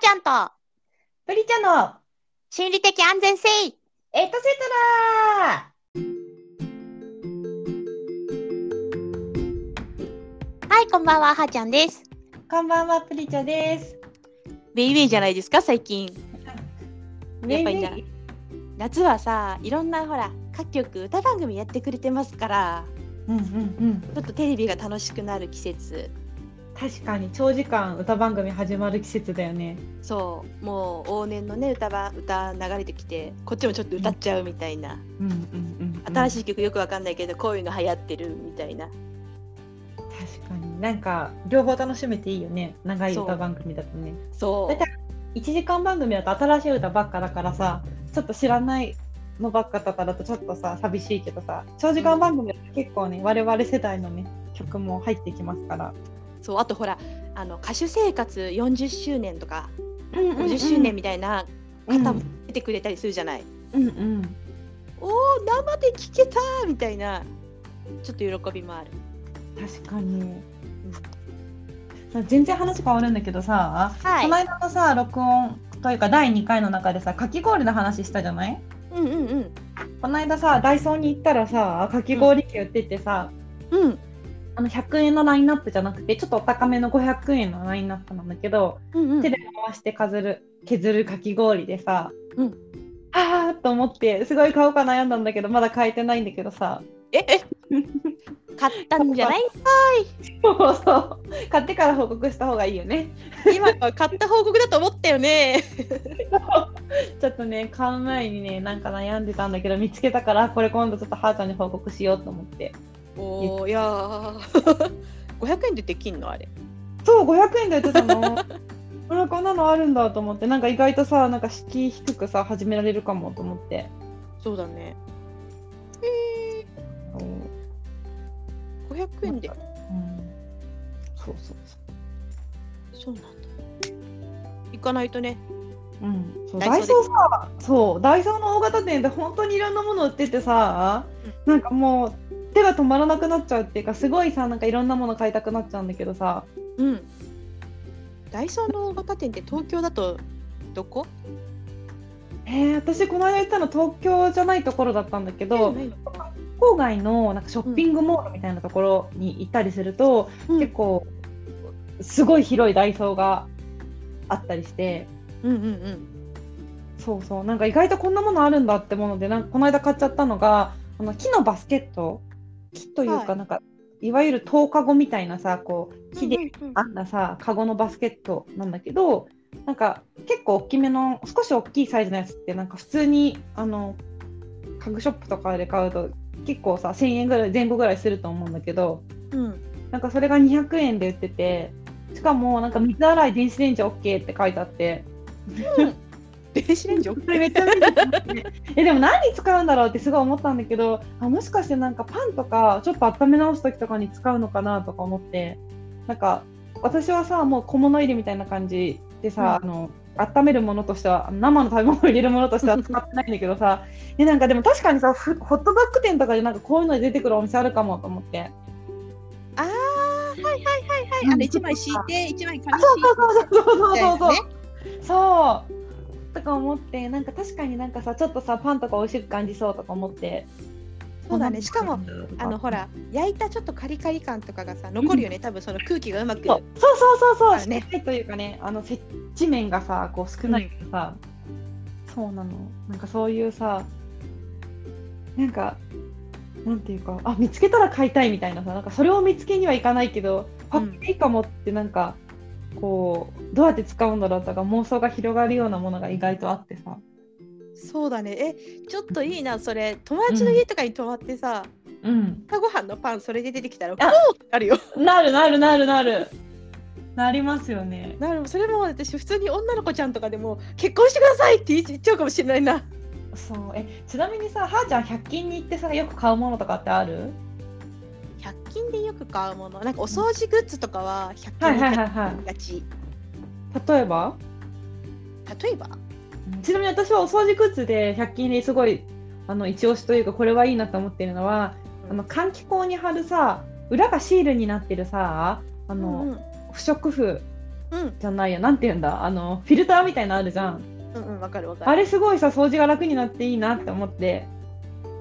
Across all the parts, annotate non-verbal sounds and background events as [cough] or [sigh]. ちゃんとプリチャの心理的安全性エトセトラはい、こんばんは、はーちゃんです。こんばんは、プリチャです。ベイウェイじゃないですか、最 [laughs] 近。やっぱりなね夏はさ、いろんなほら、各局歌番組やってくれてますから、うんうんうん。ちょっとテレビが楽しくなる季節。確かに長時間歌番組始まる季節だよね。そう、もう往年のね、歌ば歌流れてきて、こっちもちょっと歌っちゃうみたいな。うんうんうん。新い。しい曲よくわかんないけど、こういうの流行ってるみたいな。確かになんか両方楽しめていいよね。長いそう歌番組だとね。そだって1時間番組だと新しい歌ばっかだからさ、ちょっと知らないのばっかだからとちょっとさ寂しいけどさ、長時間番組だと結構ね、我々世代のね曲も入ってきますから。う、そう、あとほら、あの歌手生活40周年とか、うん50周年みたいな方も出てくれたりするじゃない。うんうん。おお生で聴けたみたいなちょっと喜びもある確かに、全然話変わるんだけどさ、はいこの間のさ録音というか第2回の中でさかき氷の話したじゃないうんうんうんこの間さダイソーに行ったらさかき氷機売っててさ、うんあの100円のラインナップじゃなくてちょっとお高めの500円のラインナップなんだけど、うんうん手で回して削る削るかき氷でさ、うんあーっと思ってすごい買おうか悩んだんだけどまだ買えてないんだけどさええ買ったんじゃないそうそう買ってから報告した方がいいよね今のは買った報告だと思ったよねちょっとね買う前にねなんか悩んでたんだけど見つけたからこれ今度ちょっとはーちゃんに報告しようと思っておーいやー500円でできんのあれそう500円で売ってたの [laughs] あらこんなのあるんだと思ってなんか意外とさなんか敷居低くさ始められるかもと思ってそうだねうん500円でそうそうそそうなんだ行かないとねう,、うん、そうダダイイソソーさそうダイソーの大型店で本当にいろんなもの売っててさ、なんかもう手が止まらなくなっちゃうっていうかすごいさなんかいろんなもの買いたくなっちゃうんだけどさうんダイソーの大型店って東京だとどこえー、私この間行ったの東京じゃないところだったんだけど、郊外のなんかショッピングモールみたいなところに行ったりすると、うん結構すごい広いダイソーがあったりしてうんうんうんそうそうなんか意外とこんなものあるんだってものでなんかこの間買っちゃったのがあの木のバスケット木というはかいなんか、い、わゆる10日後みたいなさこう木でうんうんあったさカゴのバスケットなんだけどなんか結構大きめの少し大きいサイズのやつってなんか普通にあの家具ショップとかで買うと結構さ1000円ぐらい前後ぐらいすると思うんだけどうんなんかそれが200円で売っててしかもなんか水洗い電子レンジ OK って書いてあって電子レンジ OK それめっちゃ便利だなってえでも何に使うんだろうってすごい思ったんだけどあもしかしてなんかパンとかちょっと温め直す時とかに使うのかなとか思ってなんか私はさもう小物入れみたいな感じでさ、あの温めるものとしては生の食べ物を入れるものと [laughs] しては使ってないんだけどさえなんかでも確かにさふホットドッグ店とかでなんかこういうので出てくるお店あるかもと思ってあーはいはいはいはい、うんあの一枚敷いて一枚紙敷いてそうそうそうそうそうそうそみうたいなねそうとか思ってなんか確かになんかさちょっとさパンとか美味しく感じそうとか思ってそうだねしかもあのほらら焼いたちょっとカリカリ感とかがさ残るよね多分その空気がうまくそうそうそうそうあそうのねしっかりというかねあの接地面がさこう少ないからさ、そうなのなんかそういうさなんかなんていうかあ見つけたら買いたいみたいなさなんかそれを見つけにはいかないけど、うあんいいかもってなんかこうどうやって使うんだろうとか妄想が広がるようなものが意外とあってさそうだねえちょっといいなそれ友達の家とかに泊まってさ、うん朝ごはんのパンそれで出てきたらおあおってなるよなるなるなるなるなりますよねなるそれも私普通に女の子ちゃんとかでも結婚してくださいって言っ言っちゃうかもしれないなそうえちなみにさはーちゃん100均に行ってさよく買うものとかってある100均でよく買うものなんかお掃除グッズとかは100均で買いいはがち、い例えば例えばちなみに私はお掃除グッズで100均ですごいあの一押しというかこれはいいなと思ってるのはあの換気口に貼るさ裏がシールになってるさあの、うんうん不織布うんじゃないやなんて言うんだあのフィルターみたいなのあるじゃんうんうんわかるわかるあれすごいさ掃除が楽になっていいなって思って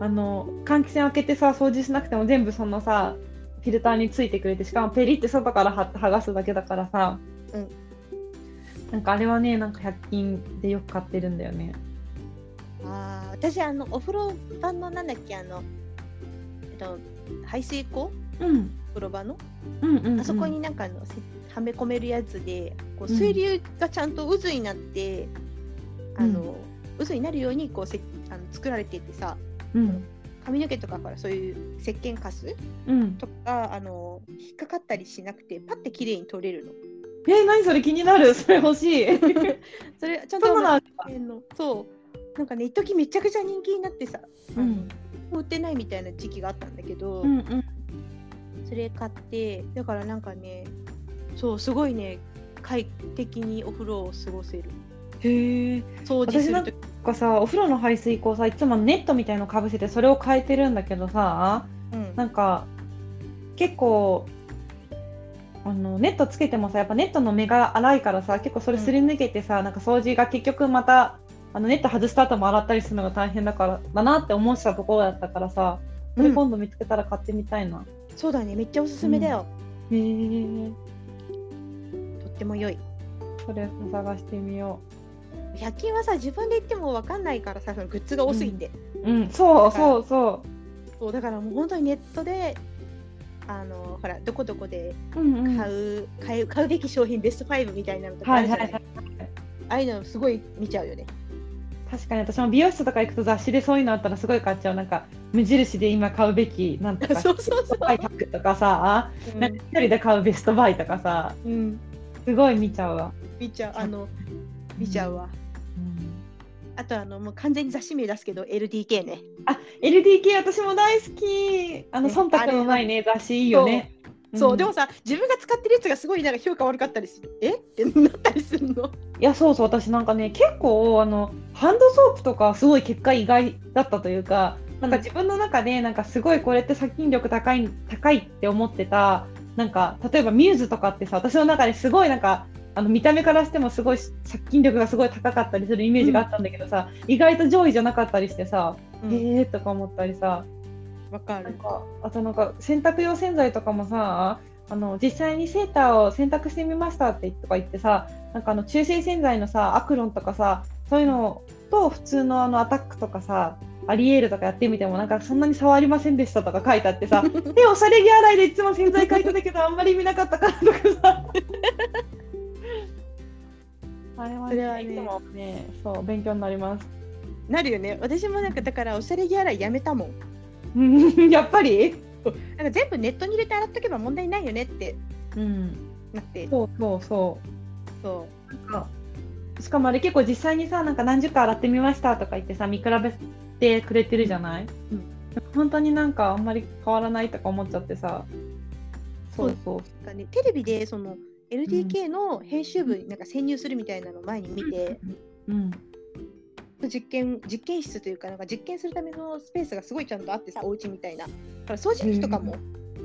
あの換気扇開けてさ掃除しなくても全部そのさフィルターについてくれてしかもペリって外からは剥がすだけだからさ、うんなんかあれはねなんか100均でよく買ってるんだよねあー私あのお風呂場のなんだっけあの、えっと、排水口うんお風呂場のうんうん、あそこになんかあのせはめ込めるやつでこう水流がちゃんと渦になって、あの渦になるようにこうせあの作られててさうん髪の毛とかからそういう石鹸カスうんとかあの引っかかったりしなくてパッて綺麗に取れるの。えー、何それ気になる [laughs] それ欲しいそれちゃんとそうなんだあのそうなんかね一時めちゃくちゃ人気になってさ、あの売ってないみたいな時期があったんだけど、うんうんそれ買ってだからなんかねそうすごいね快適にお風呂を過ごせるへえ掃除私すなるとんきかさお風呂の排水口さいつもネットみたいのかぶせてそれを変えてるんだけどさうんなんか結構あのネットつけてもさやっぱネットの目が荒いからさ結構それすり抜けてさ、なんか掃除が結局またあのネット外した後も洗ったりするのが大変だからだなって思ってたところだったからさそれうん今度見つけたら買ってみたいな、そうだねめっちゃおすすめだよ、へえとっても良いそれを探してみよ100均はさ自分で言っても分かんないからさそのグッズが多すぎて、ううんそうそうそそうだからもう本当にネットであのほらどこどこでううんうん買う、買う買うべき商品ベスト5みたいなのとかあはるいじはゃいな、はいいああいうのすごい見ちゃうよね確かに私も美容室とか行くと雑誌でそういうのあったらすごい買っちゃうなんか無印で今買うべきなんと [laughs] かそうそうそうベストバイ100とかさ、なんか一人で買うベストバイとかさうん、うん、すごい見ちゃうわ、見ちゃうあの見ちゃうわ、うんあとあのもう完全に雑誌名出すけど LDK ね LDK 私も大好きあのね忖度のないね雑誌いいよねそう、んでもさ自分が使ってるやつがすごいなんか評価悪かったりするえってなったりするのいやそうそう私なんかね結構あのハンドソープとかすごい結果意外だったというかなんか自分の中でなんかすごいこれって殺菌力高い高いって思ってたなんか例えばミューズとかってさ私の中ですごいなんかあの見た目からしてもすごい殺菌力がすごい高かったりするイメージがあったんだけどさ、意外と上位じゃなかったりしてさ、うえんーとか思ったりさわかなんるかあとなんか洗濯用洗剤とかもさあの実際にセーターを洗濯してみましたってとか言ってさなんかあの中性洗剤のさアクロンとかさそういうのと普通のあのアタックとかさアリエールとかやってみてもなんかそんなに触りませんでしたとか書いてあ [laughs] ってさ手おしゃれ着洗いでいつも洗剤書いてたけどあんまり見なかったからとかさあれはそれはねねいつもねそう勉強になりますなるよね私もなんかだからおしゃれ着洗いやめたもんうんやっぱりなんか全部ネットに入れて洗っとけば問題ないよねってうんなってそうそうそうそしかもあれ結構実際にさなんか何十回洗ってみましたとか言ってさ見比べてくれてるじゃない、うん本当になんかあんまり変わらないとか思っちゃってさそうそううなんか、ね、テレビでその LDK の編集部になんか潜入するみたいなのを前に見て、うん実験実験室というかなんか実験するためのスペースがすごいちゃんとあってさお家みたいなだから掃除機とかも、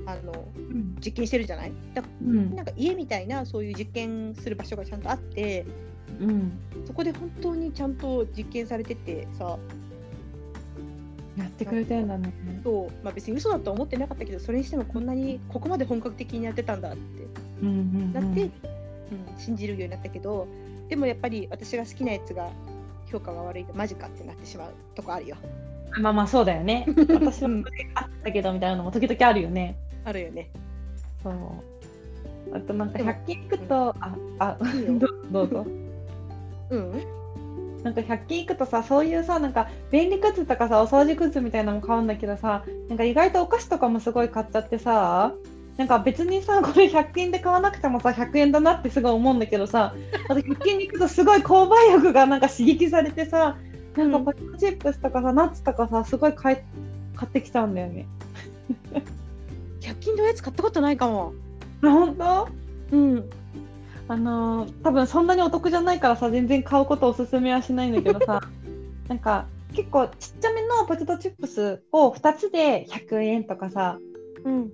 あのうん実験してるじゃないだうんなんか家みたいなそういう実験する場所がちゃんとあってそこで本当にちゃんと実験されててさやってくれてんだねそう、まあ、別に嘘だとは思ってなかったけどそれにしてもこんなにここまで本格的にやってたんだってうんうんなって、うん信じるようになったけどでもやっぱり私が好きなやつが評価が悪いとマジかってなってしまうとこあるよまあまあそうだよね私はこれあったけどみたいなのも時々あるよねあるよねそうあとなんか100均行くとああいいよどどうぞうんなんか100均行くとさそういうさなんか便利グッズとかさお掃除グッズみたいなのも買うんだけどさなんか意外とお菓子とかもすごい買っちゃってさなんか別にさこれ100均で買わなくてもさ100円だなってすごい思うんだけどさあと100均に行くとすごい購買欲がなんか刺激されてさなんかポテトチップスとかさナッツとかさすごい買い買ってきちゃうんだよね。 100均のおやつ買ったことないかもあ本当うんあのー多分そんなにお得じゃないからさ全然買うことおすすめはしないんだけど [laughs] さなんか結構ちっちゃめのポテトチップスを2つで100円とかさうん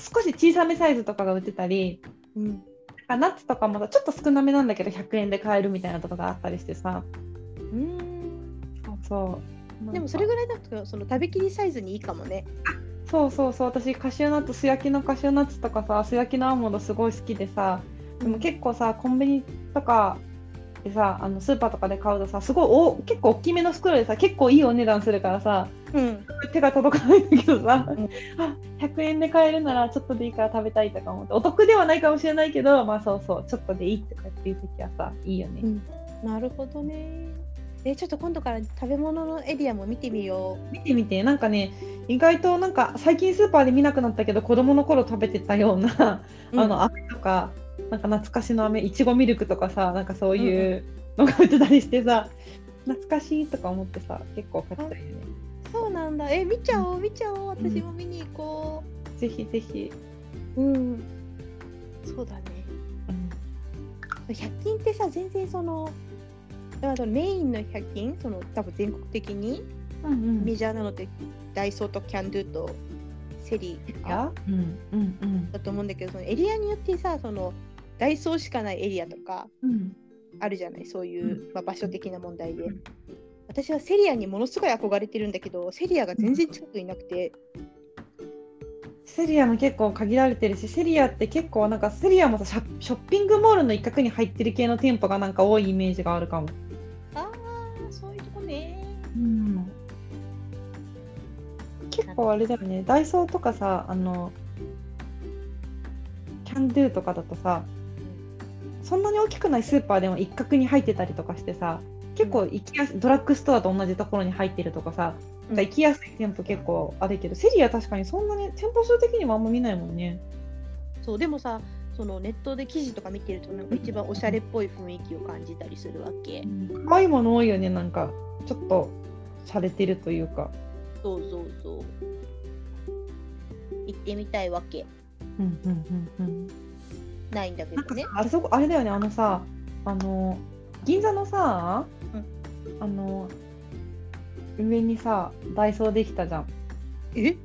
少し小さめサイズとかが売ってたりうんナッツとかもさちょっと少なめなんだけど100円で買えるみたいなとこがあったりしてさうんそうそうなんかでもそれぐらいだとその食べきりサイズにいいかもねそうそうそう私カシューナッツ素焼きのカシューナッツとかさ素焼きのアーモンドすごい好きでさでも結構さコンビニとかでさあのスーパーとかで買うとさすごいお結構大きめの袋でさ結構いいお値段するからさうん手が届かないんだけどさ、うん [laughs] あ100円で買えるならちょっとでいいから食べたいとか思ってお得ではないかもしれないけどまあそうそうちょっとでいいとかっていう時はさいいよね、うんなるほどねえちょっと今度から食べ物のエリアも見てみよ見てみてなんかね意外となんか最近スーパーで見なくなったけど子供の頃食べてたようなう、あの飴とか、なんか懐かしの飴いちごミルクとかさなんかそういうのが売ってたりしてさ、懐かしいとか思ってさ結構買ってたよねそうなんだえ見ちゃおう見ちゃおう私も見に行こぜひぜひ、ううん、そうだね100均ってさ全然そのあのメインの100均その多分全国的にうんうんメジャーなのってダイソーとキャンドゥとセリアうんうんうんだと思うんだけどそのエリアによってさそのダイソーしかないエリアとかうんあるじゃないそういう、まあ、場所的な問題でうん私はセリアにものすごい憧れてるんだけどセリアが全然近くになくてセリアも結構限られてるしセリアって結構なんかセリアもさショショッピングモールの一角に入ってる系の店舗がなんか多いイメージがあるかも、ああそういうとこねうん、結構あれだよねダイソーとかさあのキャンドゥとかだとさそんなに大きくないスーパーでも一角に入ってたりとかしてさ結構行きやすドラッグストアと同じところに入ってるとかさなんか行きやすい店舗結構あるけどセリア確かにそんなに店舗数的にはあんま見ないもんねそうでもさそのネットで記事とか見てるとなんか一番おしゃれっぽい雰囲気を感じたりするわけ、可愛いもの多いよねなんかちょっと洒落てるというか、そうそうそう行ってみたいわけうんうんうんうん、ないんだけなんかどねさあそこあれだよねあのさあの銀座のさ、うんあの上にさダイソーできたじゃんえ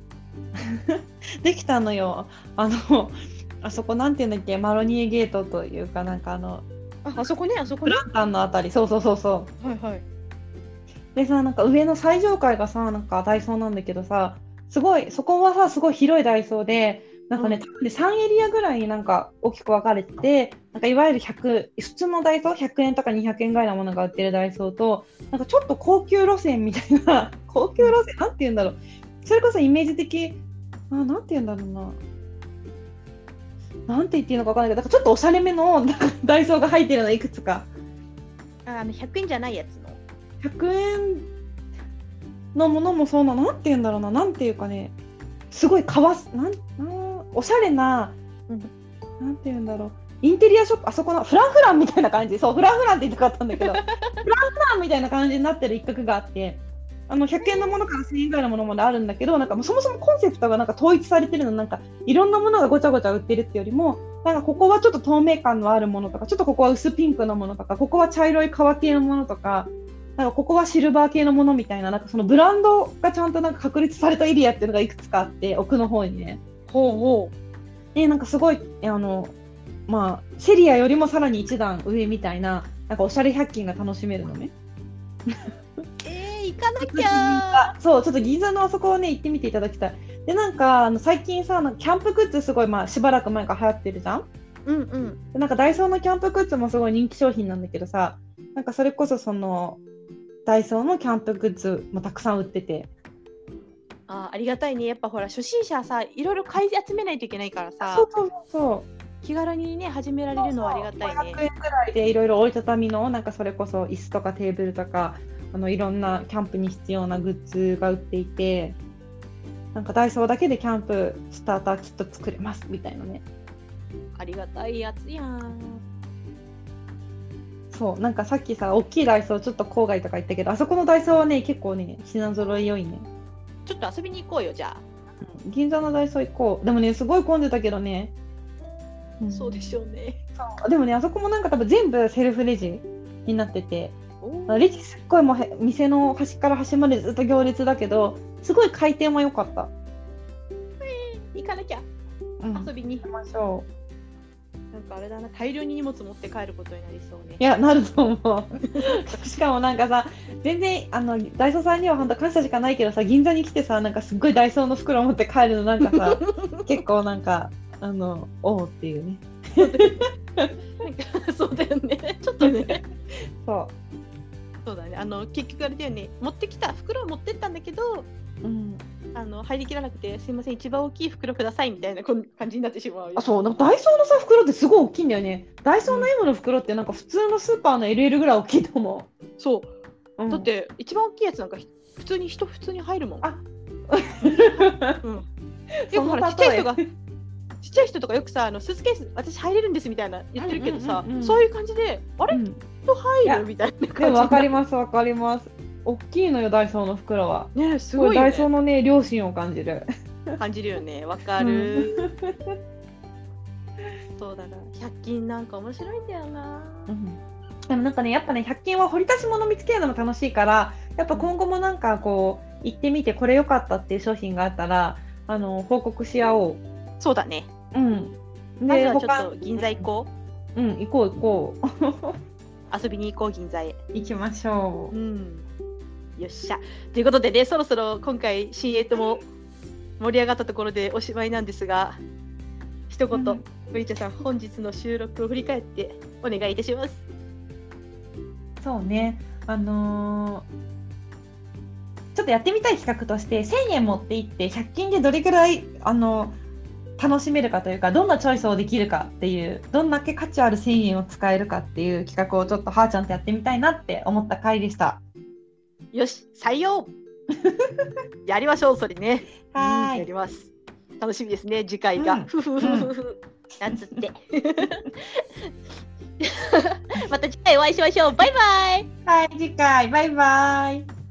できたのよあのあそこなんていうんだっけマロニエゲートというかなんかあのああそこねあそこプねランタンのあたりそうそうそうそうはいはいでさなんか上の最上階がさなんかダイソーなんだけどさすごいそこはさすごい広いダイソーでなんかね、うん多分ね3エリアぐらいになんか大きく分かれててなんかいわゆる100普通のダイソー100円とか200円ぐらいのものが売ってるダイソーとなんかちょっと高級路線みたいな [laughs] 高級路線なんて言うんだろうそれこそイメージ的あなんて言うんだろうな。なんて言っていいのか分かんないけど、なんかちょっとおしゃれめのなんかダイソーが入ってるのいくつか。ああの100円じゃないやつの100円のものもそうななんて言うんだろうななんていうかねすごいかわすなんなんおしゃれな、うんなんて言うんだろうインテリアショップあそこのフランフランみたいな感じそうフランフランって言いたかったんだけどフランフランみたいな感じになってる一角があってあの100円のものから1000円ぐらいのものまであるんだけどなんかもうそもそもコンセプトがなんか統一されてるのなんかいろんなものがごちゃごちゃ売ってるってよりもなんかここはちょっと透明感のあるものとかちょっとここは薄ピンクのものとかここは茶色い革系のものとかなんかここはシルバー系のものみたいななんかそのブランドがちゃんとなんか確立されたエリアっていうのがいくつかあって奥の方にね。ほうほでなんかすごいあのまあセリアよりもさらに一段上みたいななんかおしゃれ100均が楽しめるのね。うえー、行かな銀きゃ座そうちょっと銀座のあそこをね行ってみていただきたい。でなんかあの最近さなんかキャンプグッズすごい、まあ、しばらく前から流行ってるじゃん。ーうんうんでなんかダイソーのキャンプグッズもすごい人気商品なんだけどさなんかそれこそそのダイソーのキャンプグッズもたくさん売ってて。あーありがたいねやっぱほら初心者はさいろいろ買い集めないといけないからさそうそうそうそう。気軽にね始められるのはありがたいね500円ぐらいでいろいろ折りたたみのなんかそれこそ椅子とかテーブルとかあのいろんなキャンプに必要なグッズが売っていてなんかダイソーだけでキャンプスターターキット作れますみたいなねありがたいやつやんそうなんかさっきさ大きいダイソーちょっと郊外とか行ったけどあそこのダイソーはね結構ね品揃え良いね、ちょっと遊びに行こうよじゃあ、うん銀座のダイソー行こうでもねすごい混んでたけどね、んそうでしょうねそうでもねあそこもなんか多分全部セルフレジになってておーレジすっごいもうへ店の端から端までずっと行列だけどすごい回転も良かった、行かなきゃうん、行遊びにきましょなんかあれだな大量に荷物持って帰ることになりそうねいや、なると思う。 [laughs] しかもなんかさ、全然、あの、ダイソーさんには本当感謝しかないけどさ、銀座に来てさ、なんかすっごいダイソーの袋持って帰るのなんか [laughs] さ、結構なんか、あの、おうっていうね。なんかそうだよねちょっとねそそうだねあの結局あれだよね持ってきた袋は持ってったんだけどう。うん。あの入りきらなくてすいません一番大きい袋くださいみたいなこん感じになってしまうよあ、そう、なんかダイソーのさ、袋ってすごい大きいんだよね。ダイソーの M の袋ってなんか普通のスーパーの LL ぐらい大きいと思そうう。うんだっ。 [laughs] て一番大きいやつなんかひ普通に人普通に入るもん。あうん、よくそほのらちっちゃい例え人がちっちゃい人とかよくさあのスーツケース私入れるんですみたいな言ってるけどさ、うんうんうんうんそういう感じであれ、うん人い入やるみたいな [laughs] 感じでもわかりります、わかります。大きいのよ、ダイソーの袋は。ねすすごごいい、よダね、イソーのね、良心を感じる。感じるよねわかる、そうだな100均なんか面白いんだよな、でもなんかねやっぱね100均は掘り出し物見つけるのも楽しいからやっぱ今後もなんかこう行ってみてこれ良かったっていう商品があったらあの報告し合おう。そうだねうん、まずはちょっと銀座行こうう。うん行こう行こう。遊びに [laughs] 行こう銀座へ行きましょうう。んよっしゃということでねそろそろ今回新エとも盛り上がったところでおしまいなんですが一言、うんブリチャさん本日の収録を振り返ってお願いいたしますそうねあのーちょっとやってみたい企画として1000円持って行って100均でどれくらいあの楽しめるかというかどんなチョイスをできるかっていうどんだけ価値ある1000円を使えるかっていう企画をちょっとはーちゃんとやってみたいなって思った回でした。よし採 [laughs] 用やりましょうそれねはうんーやいります楽しみですね次回が、うんふふふふふなんつって [laughs] また次回お会いしましょうバイバイはい次回バイバイ